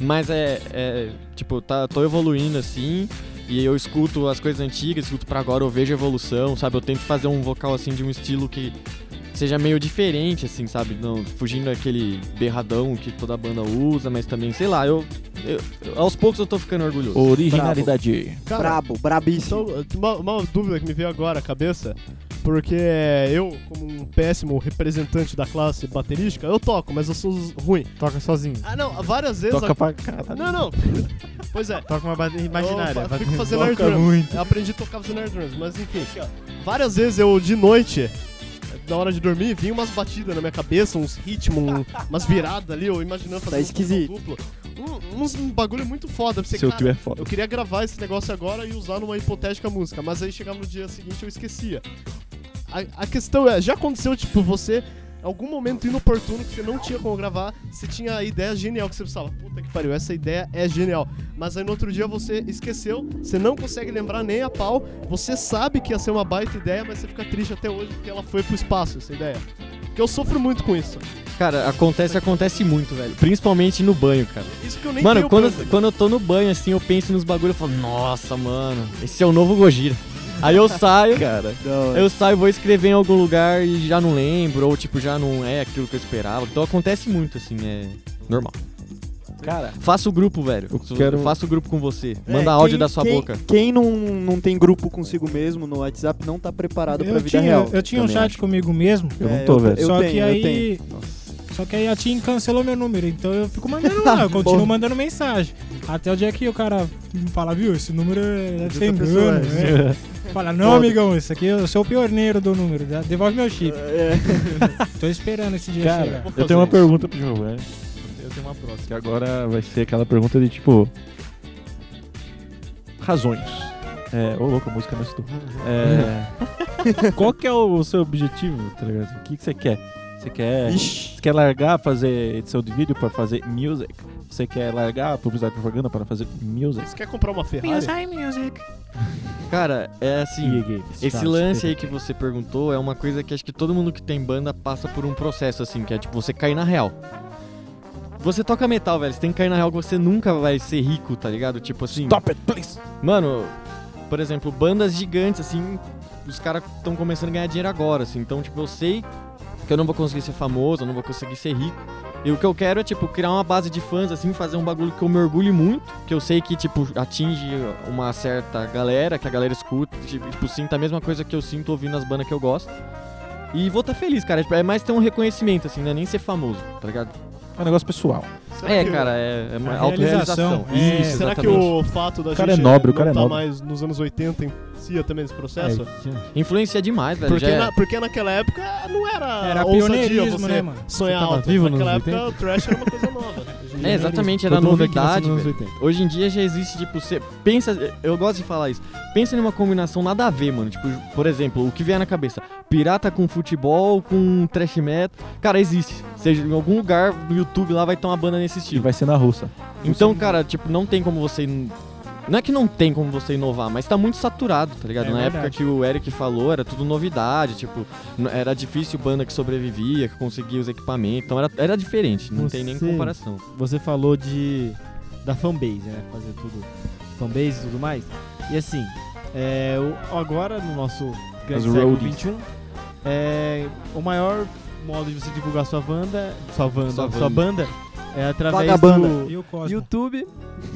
Speaker 9: mas é, é, tipo, tá, tô evoluindo, assim, e eu escuto as coisas antigas, escuto pra agora, eu vejo a evolução, sabe? Eu tento fazer um vocal, assim, de um estilo que seja meio diferente, assim, sabe? Não, fugindo daquele berradão que toda banda usa, mas também, sei lá, eu... eu- aos poucos eu tô ficando orgulhoso.
Speaker 6: Originalidade.
Speaker 8: Cara,
Speaker 4: Brabo, brabíssimo.
Speaker 8: Então, uma, uma dúvida que me veio agora à cabeça, porque eu, como um péssimo representante da classe baterística, eu toco, mas eu sou ruim.
Speaker 7: Toca sozinho.
Speaker 8: Ah, não, várias vezes.
Speaker 6: Toca pra caralho.
Speaker 8: Não, não. Pois é.
Speaker 7: Toca uma bateria imaginária.
Speaker 8: Eu fa- fico
Speaker 7: Bate-
Speaker 8: fazendo
Speaker 7: Toca
Speaker 8: air drum.
Speaker 7: muito.
Speaker 8: Eu aprendi a tocar fazendo air drums, mas enfim. Várias vezes eu, de noite, na hora de dormir, vinha umas batidas na minha cabeça, uns ritmos, um- umas viradas ali, eu imaginando fazer
Speaker 4: Tá esquisito.
Speaker 8: um duplo. Um, uns- um bagulho muito foda pra você,
Speaker 6: Seu
Speaker 8: cara,
Speaker 6: tio é foda.
Speaker 8: eu queria gravar esse negócio agora e usar numa hipotética música, mas aí chegava no dia seguinte e eu esquecia. A, a questão é, já aconteceu, tipo, você, algum momento inoportuno que você não tinha como gravar, você tinha a ideia genial que você pensava, puta que pariu, essa ideia é genial. Mas aí no outro dia você esqueceu, você não consegue lembrar nem a pau, você sabe que ia ser uma baita ideia, mas você fica triste até hoje porque ela foi pro espaço, essa ideia. Porque eu sofro muito com isso.
Speaker 9: Cara, acontece, acontece muito, velho. Principalmente no banho, cara.
Speaker 8: Isso que eu nem
Speaker 9: Mano,
Speaker 8: tenho
Speaker 9: quando,
Speaker 8: banda.
Speaker 9: eu- quando eu tô no banho, assim, eu penso nos bagulho, eu falo, nossa, mano, esse é o novo Gojira. Aí eu saio, cara.
Speaker 4: Da hora.
Speaker 9: Eu saio, vou escrever em algum lugar e já não lembro, ou tipo, já não é aquilo que eu esperava. Então acontece muito, assim, é normal.
Speaker 6: Cara,
Speaker 9: Faça o grupo, velho.
Speaker 6: Eu quero-
Speaker 9: Faça o grupo com você.
Speaker 4: É,
Speaker 9: Manda áudio
Speaker 4: quem-
Speaker 9: da sua
Speaker 4: quem-
Speaker 9: boca.
Speaker 4: Quem não, não tem grupo consigo mesmo no WhatsApp não tá preparado pra
Speaker 5: Eu
Speaker 4: vida
Speaker 5: tinha,
Speaker 4: real.
Speaker 5: eu tinha um
Speaker 4: também
Speaker 5: chat comigo mesmo,
Speaker 6: eu
Speaker 4: É,
Speaker 6: não tô, velho.
Speaker 4: Eu
Speaker 5: só
Speaker 4: tenho,
Speaker 5: que
Speaker 4: eu
Speaker 5: aí.
Speaker 4: tenho.
Speaker 5: Só que aí a Tim cancelou meu número, então eu fico mandando lá, eu
Speaker 4: Bom.
Speaker 5: continuo mandando mensagem. Até o dia que o cara me fala, viu, esse número é- deve ser
Speaker 7: outra pessoa,
Speaker 5: engano. né? Fala, não, amigão, isso aqui eu sou o pioneiro do número, dá- devolve meu chip.
Speaker 4: É,
Speaker 5: Tô esperando esse dia
Speaker 6: Cara,
Speaker 5: chegar.
Speaker 6: eu tenho uma pergunta pro Giovanni. Eu tenho uma próxima. Que agora vai ser aquela pergunta de tipo. Razões. É, ô louco, a música não estou. É, qual que é o seu objetivo, tá ligado? O que, que você quer? Você quer.
Speaker 4: Ixi.
Speaker 6: Você quer largar fazer edição de vídeo para fazer music? Você quer largar a publicidade e propaganda para fazer music?
Speaker 8: Você quer comprar uma Ferrari?
Speaker 9: Cara, é assim. Esse
Speaker 6: tá,
Speaker 9: lance aí que você perguntou é uma coisa que acho que todo mundo que tem banda passa por um processo assim, que é tipo você cair na real. Você toca metal, velho, você tem que cair na real que você nunca vai ser rico, tá ligado? Tipo assim.
Speaker 6: Stop it, please!
Speaker 9: Mano, por exemplo, bandas gigantes assim, os caras estão começando a ganhar dinheiro agora, assim. Então, tipo, eu sei que eu não vou conseguir ser famoso, eu não vou conseguir ser rico. E o que eu quero é, tipo, criar uma base de fãs, assim, fazer um bagulho que eu me orgulhe muito, que eu sei que, tipo, atinge uma certa galera, que a galera escuta, tipo, tipo, sinta a mesma coisa que eu sinto ouvindo as bandas que eu gosto. E vou estar feliz, cara. Tipo, É mais ter um reconhecimento, assim, não é nem ser famoso, tá ligado?
Speaker 6: É um negócio pessoal.
Speaker 8: Será
Speaker 9: É,
Speaker 8: que eu-
Speaker 9: cara, é, é uma
Speaker 5: A
Speaker 9: autorrealização.
Speaker 5: realização, é.
Speaker 9: Isso,
Speaker 8: Será
Speaker 9: exatamente.
Speaker 8: que o fato da
Speaker 6: O cara é
Speaker 8: gente
Speaker 6: nobre, o
Speaker 8: não
Speaker 6: cara é
Speaker 8: tá
Speaker 6: nobre.
Speaker 8: mais nos anos 80 influencia também nesse
Speaker 6: Tá, É,
Speaker 8: processo?
Speaker 9: Influencia demais, velho.
Speaker 8: Porque,
Speaker 9: já é-
Speaker 8: na- porque naquela época não era,
Speaker 5: Era
Speaker 8: ousadia
Speaker 5: pioneirismo,
Speaker 8: você
Speaker 5: né, mano?
Speaker 8: sonhar
Speaker 7: Você tava
Speaker 8: alto.
Speaker 7: vivo nos
Speaker 8: naquela
Speaker 7: anos
Speaker 8: época o trash era uma coisa nova.
Speaker 9: É, exatamente, era
Speaker 7: Todo mundo aqui
Speaker 9: novidade.
Speaker 7: nasceu nos
Speaker 9: velho.
Speaker 7: anos 80.
Speaker 9: Hoje em dia já existe, tipo, você pensa. Eu gosto de falar isso. Pensa numa combinação nada a ver, mano. Tipo, por exemplo, o que vier na cabeça: pirata com futebol, com trash metal. Cara, existe. Seja em algum lugar no YouTube lá vai ter uma banda nesse
Speaker 6: E
Speaker 9: estilo.
Speaker 6: vai ser na Rússia.
Speaker 9: Então, cara, tipo, não tem como você. in- Não é que não tem como você inovar, mas tá muito saturado, tá ligado?
Speaker 5: É
Speaker 9: Na época
Speaker 5: verdade.
Speaker 9: que o Eric falou, era tudo novidade, tipo, n- era difícil banda que sobrevivia, que conseguia os equipamentos, então era, era diferente, não tem nem
Speaker 7: Você-
Speaker 9: comparação.
Speaker 10: você falou de da fanbase, né? Fazer tudo fanbase e tudo mais. E assim, é, o- agora no nosso grande
Speaker 6: As
Speaker 10: século
Speaker 6: roadies.
Speaker 10: XXI, é, o maior modo de você divulgar sua banda, sua banda,
Speaker 9: Sua
Speaker 10: sua,
Speaker 9: banda.
Speaker 10: banda é através
Speaker 4: Vagabanda.
Speaker 10: do
Speaker 5: E o Cosmo?
Speaker 10: YouTube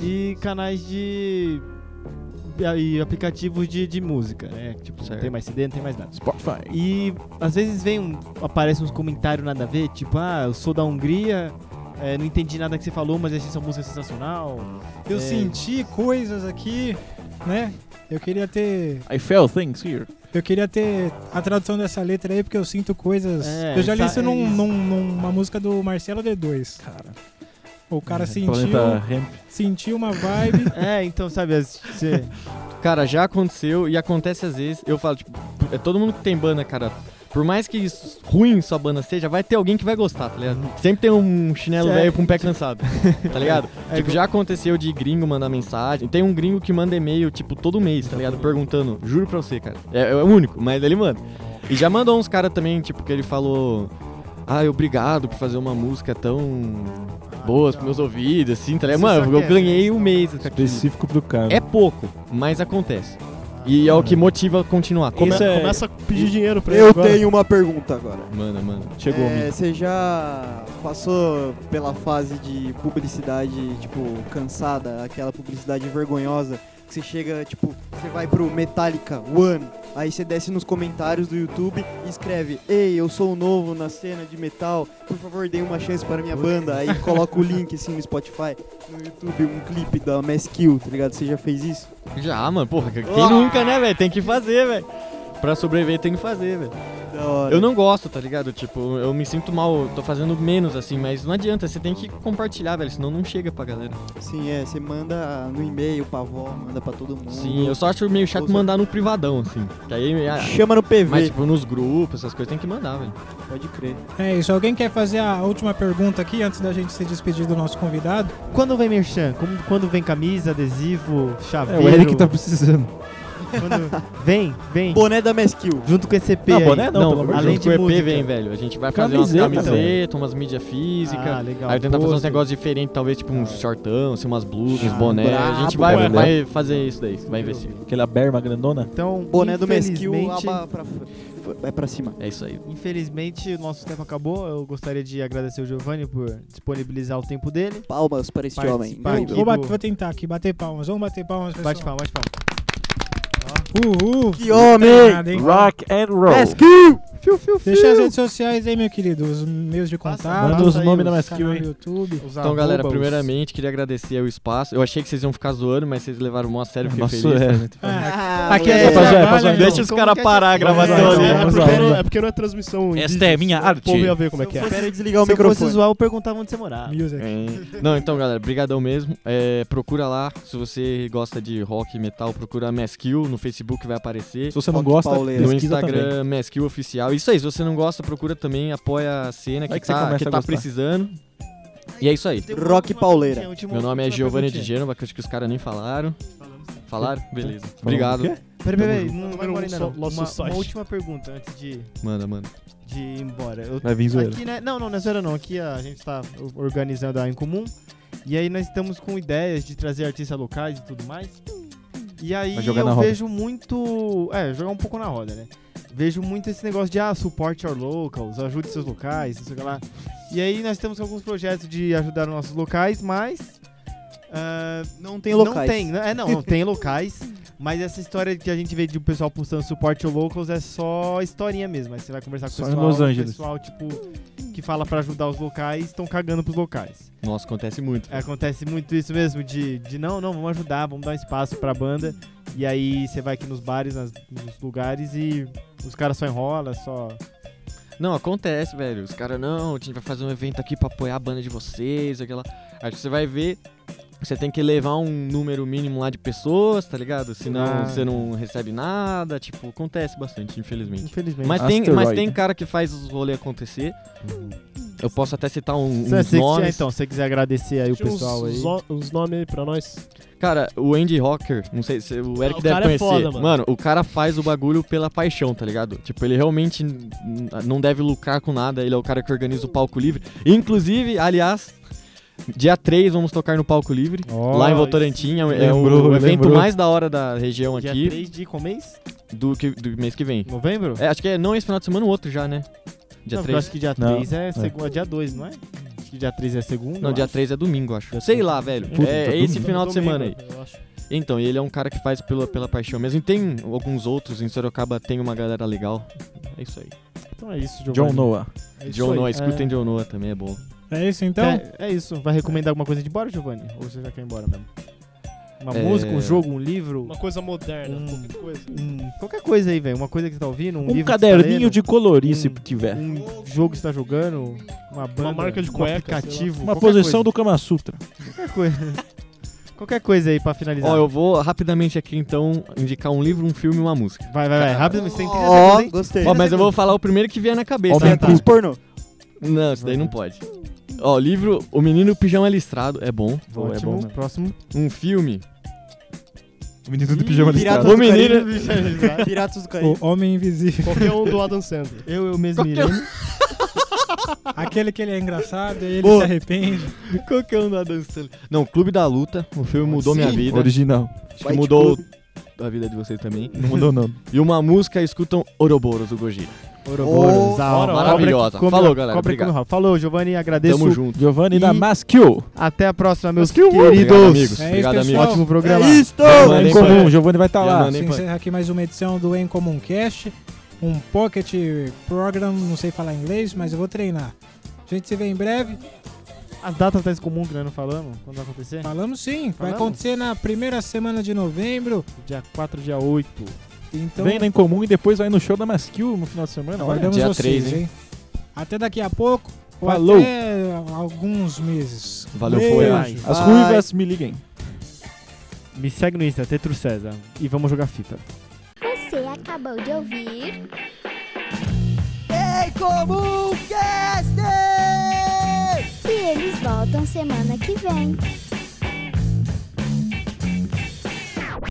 Speaker 10: e canais de e aplicativos de, de música, né? Tipo, não
Speaker 9: Certo.
Speaker 10: tem mais CD, não tem mais nada.
Speaker 6: Spotify.
Speaker 10: E às vezes vem um, aparece uns comentários nada a ver, tipo, ah, eu sou da Hungria, é, não entendi nada que você falou, mas achei essa música sensacional.
Speaker 5: Eu
Speaker 10: É.
Speaker 5: senti coisas aqui. né? Eu queria ter.
Speaker 6: I felt things here.
Speaker 5: Eu queria ter a tradução dessa letra aí, porque eu sinto coisas.
Speaker 6: É,
Speaker 5: eu já li
Speaker 6: tá-
Speaker 5: isso,
Speaker 6: é
Speaker 5: num-
Speaker 6: isso.
Speaker 5: num- numa música do Marcelo D2.
Speaker 6: Cara. É,
Speaker 5: O cara sentiu,
Speaker 6: Planeta Hemp.
Speaker 5: sentiu uma vibe.
Speaker 7: É, então, sabe, as- você.
Speaker 9: Cara, já aconteceu e acontece às vezes. Eu falo, tipo, é todo mundo que tem banda, cara. Por mais que isso- ruim sua banda seja, vai ter alguém que vai gostar, tá ligado? Sempre tem um chinelo
Speaker 7: É,
Speaker 9: velho com um pé cansado, tá ligado?
Speaker 11: É,
Speaker 9: tipo, já aconteceu de gringo mandar mensagem. Tem um gringo que manda e-mail, tipo, todo mês, tá ligado? Perguntando. Juro pra você, cara. É, é o único, mas ele manda. E já mandou uns caras também, tipo, que ele falou... Ah, obrigado por fazer uma música tão boa pros meus ouvidos, assim, tá ligado?
Speaker 11: Isso
Speaker 9: Mano,
Speaker 11: só
Speaker 9: eu
Speaker 11: quer-
Speaker 9: ganhei um mês com aquilo.
Speaker 6: Específico pro cara.
Speaker 9: É pouco, mas acontece. E é o que motiva a continuar.
Speaker 6: Come- Isso é-
Speaker 8: Começa a pedir dinheiro pra ele
Speaker 4: Eu
Speaker 8: agora.
Speaker 4: tenho uma pergunta agora.
Speaker 9: Mano, mano.
Speaker 6: Chegou
Speaker 4: É,
Speaker 6: amigo.
Speaker 4: Você já passou pela fase de publicidade, tipo, cansada, aquela publicidade vergonhosa, que você chega, tipo, você vai pro Metallica One, aí você desce nos comentários do YouTube e escreve, ei, eu sou novo na cena de metal, por favor, dê uma chance para minha banda, aí coloca o link, assim, no Spotify, no YouTube, um clipe da Mass Kill, tá ligado? Você já fez isso?
Speaker 9: Já, mano, porra. Quem nunca, né, velho? Tem que fazer, velho. Pra sobreviver tem que fazer, velho.
Speaker 4: Da hora.
Speaker 9: Eu não gosto, tá ligado? Tipo, eu me sinto mal, tô fazendo menos assim, mas não adianta, você tem que compartilhar, velho, senão não chega pra galera.
Speaker 4: Sim, é, você manda no e-mail pra avó, manda pra todo mundo.
Speaker 9: Sim, eu só acho meio chato
Speaker 4: Ouça.
Speaker 9: mandar no privadão, assim. Que aí, ah,
Speaker 4: Chama no PV,
Speaker 9: mas tipo, nos grupos, essas coisas tem que mandar, velho.
Speaker 4: pode crer.
Speaker 5: É isso. Alguém quer fazer a última pergunta aqui antes da gente se despedir do nosso convidado?
Speaker 7: Quando vem merchan? Como- quando vem camisa, adesivo,
Speaker 6: É,
Speaker 7: chaveiro?
Speaker 6: o Eric tá precisando.
Speaker 7: quando- Vem, vem.
Speaker 4: Boné da Mass Kill.
Speaker 7: Junto com esse EP
Speaker 6: Não,
Speaker 7: aí.
Speaker 6: boné não, pelo amor de
Speaker 7: além
Speaker 9: Junto
Speaker 7: de
Speaker 9: com o EP
Speaker 7: música.
Speaker 9: vem, velho. A gente vai fazer
Speaker 6: Camiseta,
Speaker 9: umas camisetas, umas mídia física.
Speaker 7: Ah, legal.
Speaker 9: Aí tenta fazer uns
Speaker 7: Pôster.
Speaker 9: negócios diferentes, talvez tipo uns shortão, assim, umas
Speaker 6: Ah,
Speaker 9: blusas, uns boné. a gente
Speaker 4: brabo,
Speaker 9: vai,
Speaker 6: boné.
Speaker 9: vai fazer isso daí, vai investir.
Speaker 6: Aquela berma grandona.
Speaker 7: Então,
Speaker 4: Boné do Mesquil,
Speaker 7: infelizmente,
Speaker 4: aba pra, f- é pra cima.
Speaker 9: É isso aí.
Speaker 7: infelizmente, o nosso tempo acabou. Eu gostaria de agradecer o Giovanni por disponibilizar o tempo dele.
Speaker 4: Palmas para este
Speaker 7: Participar
Speaker 4: homem.
Speaker 7: aqui.
Speaker 4: Incrível.
Speaker 5: Vou, ba-
Speaker 7: do-
Speaker 5: vou tentar aqui, bater palmas. Vamos bater palmas, pessoal.
Speaker 7: Bate palma, bate palma.
Speaker 5: Uhul.
Speaker 4: Que homem! Ah,
Speaker 5: Nada, hein?
Speaker 6: Rock and roll.
Speaker 4: Mass Kill!
Speaker 5: Deixa as redes sociais aí, meu querido. Os meios de contato.
Speaker 6: Manda os
Speaker 7: aí
Speaker 6: nomes
Speaker 7: os
Speaker 6: da mais
Speaker 5: canal
Speaker 6: kill,
Speaker 5: no
Speaker 6: hein?
Speaker 5: YouTube.
Speaker 7: Os
Speaker 6: Ah,
Speaker 9: Então, galera,
Speaker 7: arrobas, os-
Speaker 9: primeiramente, queria agradecer o espaço. Eu achei que vocês iam ficar zoando, mas vocês levaram mó a sério, fiquei
Speaker 6: Nossa,
Speaker 9: feliz.
Speaker 6: é.
Speaker 5: Ah,
Speaker 4: aqui
Speaker 5: é-
Speaker 6: Rapaziada,
Speaker 5: trabalho,
Speaker 6: rapaziada,
Speaker 5: né?
Speaker 9: Deixa os caras
Speaker 4: assim?
Speaker 9: parar a gravação
Speaker 6: Vamos
Speaker 8: É,
Speaker 6: lá,
Speaker 8: é,
Speaker 9: ali.
Speaker 6: né? vamos lá,
Speaker 8: porque
Speaker 6: vamos
Speaker 8: não-
Speaker 6: lá.
Speaker 8: é porque não é transmissão. em
Speaker 6: Esta é minha
Speaker 8: O povo ia
Speaker 6: arte.
Speaker 8: ver como é que é.
Speaker 4: Espera desligar o
Speaker 7: Se eu fosse
Speaker 4: microfone.
Speaker 7: zoar, eu perguntava onde você morava.
Speaker 5: music.
Speaker 9: É. Não, então, galera, brigadão mesmo. É, procura lá, se você gosta de rock e metal, procura Mesquill no Facebook, vai aparecer.
Speaker 6: Se você não
Speaker 4: Rock
Speaker 6: gosta, um
Speaker 4: pauleiro.
Speaker 9: No
Speaker 6: pesquisa também.
Speaker 9: Instagram, Mesquil Oficial. Isso aí, se você não gosta, procura também, apoia a cena
Speaker 6: Vai
Speaker 9: que,
Speaker 6: que você
Speaker 9: tá,
Speaker 6: começa
Speaker 9: que
Speaker 6: a
Speaker 9: tá
Speaker 6: gostar.
Speaker 9: precisando. E é isso aí.
Speaker 4: Rock Pauleira.
Speaker 9: Meu nome é Giovanni de Gênova, que eu acho que os caras nem falaram. Falaram? Beleza. Obrigado.
Speaker 6: O quê?
Speaker 7: Peraí, peraí,
Speaker 8: Tamo
Speaker 7: não vai
Speaker 8: junto.
Speaker 7: embora ainda não.
Speaker 8: Número um, só-
Speaker 7: Uma,
Speaker 8: nosso
Speaker 7: uma
Speaker 8: site.
Speaker 7: última pergunta antes de,
Speaker 9: Manda, manda.
Speaker 7: de ir embora. Eu-
Speaker 6: Vai vir zoeira.
Speaker 7: aqui, né? Não, não, não é zoeira não. Aqui a gente tá o- organizando a Em Comum. E aí nós estamos com ideias de trazer artistas locais e tudo mais. E aí
Speaker 6: Vai jogar
Speaker 7: eu
Speaker 6: na roda.
Speaker 7: vejo muito... É, jogar um pouco na roda, né? Vejo muito esse negócio de, ah, support your locals, ajude seus locais, não sei o que lá. E aí nós temos alguns projetos de ajudar os nossos locais, mas... ah,
Speaker 4: Não tem locais.
Speaker 7: não tem, né? é não, não tem locais. Mas essa história que a gente vê de o pessoal postando suporte ao locals é só historinha mesmo. Aí você vai conversar com
Speaker 6: Só
Speaker 7: o
Speaker 6: em
Speaker 7: pessoal,
Speaker 6: Los
Speaker 7: o
Speaker 6: Angeles.
Speaker 7: pessoal tipo que fala pra ajudar os locais, estão cagando pros locais. É,
Speaker 9: Nossa, acontece muito.
Speaker 7: Acontece muito isso mesmo de, de não, não, vamos ajudar, vamos dar um espaço pra banda. E aí você vai aqui nos bares, nas- nos lugares e os caras só enrolam, só
Speaker 9: Não, acontece, velho. Os caras, não, a gente vai fazer um evento aqui pra apoiar a banda de vocês, aquela. Aí você vai ver, você tem que levar um número mínimo lá de pessoas, tá ligado? Senão
Speaker 7: Ah.
Speaker 9: você não recebe nada. Tipo, acontece bastante, infelizmente.
Speaker 7: infelizmente.
Speaker 9: Mas tem,
Speaker 6: Asteroid.
Speaker 9: mas tem cara que faz os rolês acontecer. Eu posso até citar um, uns
Speaker 7: se você,
Speaker 9: nomes.
Speaker 7: então, se você quiser agradecer aí o pessoal aí.
Speaker 8: Uns nomes aí pra nós.
Speaker 9: Cara, o Andy Rocker, não sei se o Eric
Speaker 8: Ah, o
Speaker 9: deve
Speaker 8: cara é
Speaker 9: conhecer.
Speaker 8: foda,
Speaker 9: mano.
Speaker 8: mano.
Speaker 9: o cara faz o bagulho pela paixão, tá ligado? Tipo, ele realmente n- n- não deve lucrar com nada, ele é o cara que organiza o palco livre. Inclusive, aliás, dia 3 vamos tocar no palco livre. lá em Votorantim, é, o- é o,
Speaker 6: Lembrou,
Speaker 9: evento
Speaker 6: lembrou.
Speaker 9: mais da hora da região
Speaker 7: Dia
Speaker 9: aqui
Speaker 7: 3 de qual mês?
Speaker 9: do, que- do mês que vem.
Speaker 7: Novembro?
Speaker 9: É, acho que é não esse final de semana, o outro já, né? Dia
Speaker 7: não, porque
Speaker 9: 3.
Speaker 7: eu acho que dia
Speaker 6: Não,
Speaker 7: 3 é, segunda, dia 2, não é? Acho que dia 3 é segunda.
Speaker 9: Não,
Speaker 7: eu
Speaker 9: dia
Speaker 7: acho.
Speaker 9: 3 é domingo, acho. Sei lá, velho.
Speaker 6: Puta,
Speaker 9: é
Speaker 6: tá
Speaker 9: esse
Speaker 6: domingo.
Speaker 9: final de
Speaker 8: Domingo,
Speaker 9: semana aí.
Speaker 8: eu acho.
Speaker 9: Então, e ele é um cara que faz pela, pela paixão mesmo. E tem alguns outros, em Sorocaba tem uma galera legal. É isso aí.
Speaker 7: Então é isso, Giovanni.
Speaker 6: John Noah.
Speaker 7: É isso
Speaker 9: John
Speaker 7: aí.
Speaker 9: Noah, escutem John Noah também, é bom.
Speaker 5: É isso
Speaker 7: Então,
Speaker 5: então?
Speaker 7: é, é isso. Vai recomendar alguma coisa de bora, Giovanni? Ou você já quer ir embora mesmo? Uma
Speaker 9: É.
Speaker 7: música, um jogo, um livro,
Speaker 8: Uma coisa moderna,
Speaker 7: Hum.
Speaker 8: qualquer coisa.
Speaker 7: um- qualquer coisa aí, velho. Uma coisa que você tá ouvindo, um,
Speaker 6: Um,
Speaker 7: livro que você tá
Speaker 6: caderninho
Speaker 7: lendo,
Speaker 6: de colorir, se
Speaker 7: Hum.
Speaker 6: tiver.
Speaker 7: um jogo que você tá jogando, uma banda,
Speaker 8: marca de
Speaker 7: um
Speaker 8: cueca, sei
Speaker 7: aplicativo,
Speaker 6: Uma
Speaker 7: qualquer
Speaker 6: posição
Speaker 7: coisa.
Speaker 6: do Kama Sutra.
Speaker 7: Qualquer coisa. qualquer coisa aí pra finalizar.
Speaker 9: Ó, eu vou rapidamente aqui então indicar um livro, um filme e uma música.
Speaker 7: Vai, vai, vai. Rápido, você tem 30
Speaker 4: Ó,
Speaker 7: segundos, hein?
Speaker 4: gostei.
Speaker 9: Ó, mas eu vou falar o primeiro que vier na cabeça.
Speaker 6: Homem
Speaker 9: né?
Speaker 6: tá.
Speaker 4: Atriz pornô.
Speaker 9: Não, isso daí não pode. Ó, livro O Menino Pijama Listrado, é bom.
Speaker 6: Bom, é
Speaker 7: Ótimo.
Speaker 6: bom, né?
Speaker 7: Próximo.
Speaker 9: Um filme.
Speaker 6: O menino do pijama
Speaker 4: Piratas
Speaker 6: listrado.
Speaker 4: do
Speaker 9: O menino-
Speaker 4: Caribe. Piratas do
Speaker 6: é
Speaker 4: Caribe.
Speaker 5: O Homem Invisível.
Speaker 8: Qualquer um do Adam Sandler.
Speaker 7: Eu, eu mesmo irei.
Speaker 5: Aquele que ele é engraçado, ele
Speaker 4: Boa.
Speaker 5: se arrepende.
Speaker 9: Qual que é o da dança? Não, Clube da Luta. O filme mudou minha vida.
Speaker 6: Original.
Speaker 9: Acho que
Speaker 4: Fight
Speaker 9: mudou a vida de vocês também.
Speaker 6: Não mudou não.
Speaker 9: E uma música, escutam Ouroboros do Gojira.
Speaker 7: Ouroboros, a
Speaker 8: Ora,
Speaker 7: obra
Speaker 9: maravilhosa.
Speaker 7: que come-
Speaker 9: Falou, galera,
Speaker 7: cobra que
Speaker 9: obrigado.
Speaker 7: come rabo. Falou, Giovanni. Agradeço.
Speaker 9: Tamo junto.
Speaker 6: Giovanni
Speaker 7: E-
Speaker 6: Damaschio.
Speaker 7: Até a próxima, meus
Speaker 9: Obrigado,
Speaker 7: queridos.
Speaker 9: amigos.
Speaker 5: É isso,
Speaker 9: Obrigado,
Speaker 5: pessoal.
Speaker 9: amigos.
Speaker 7: Ótimo programa.
Speaker 4: É isto!
Speaker 9: Não,
Speaker 6: Em
Speaker 9: nem
Speaker 6: comum,
Speaker 9: foi.
Speaker 6: Giovanni vai estar
Speaker 9: Já
Speaker 6: lá.
Speaker 9: mandei.
Speaker 5: Você
Speaker 9: Nem pa-
Speaker 5: encerra aqui mais uma edição do Em Comum Cast, um pocket program, não sei falar inglês, mas eu vou treinar. A gente se vê em breve.
Speaker 7: As datas tá comum que nós não falamos. Quando vai acontecer?
Speaker 5: Falamos sim, vai
Speaker 7: Falamos.
Speaker 5: acontecer na primeira semana de novembro.
Speaker 7: Dia 4, dia 8.
Speaker 5: Então,
Speaker 6: Vem na Incomum e depois vai no show da Masquil no final de semana. Olha,
Speaker 5: aguardamos
Speaker 9: Dia
Speaker 5: vocês,
Speaker 9: 3,
Speaker 5: hein? Até daqui a pouco. ou
Speaker 6: Falou.
Speaker 5: Até alguns meses.
Speaker 9: Valeu,
Speaker 5: Beijo.
Speaker 9: foi.
Speaker 6: as ruivas me liguem.
Speaker 7: Me segue no Insta, Tetro César. E vamos jogar fita.
Speaker 12: Você acabou de ouvir.
Speaker 4: Em comum, cast!
Speaker 12: E eles voltam semana que vem.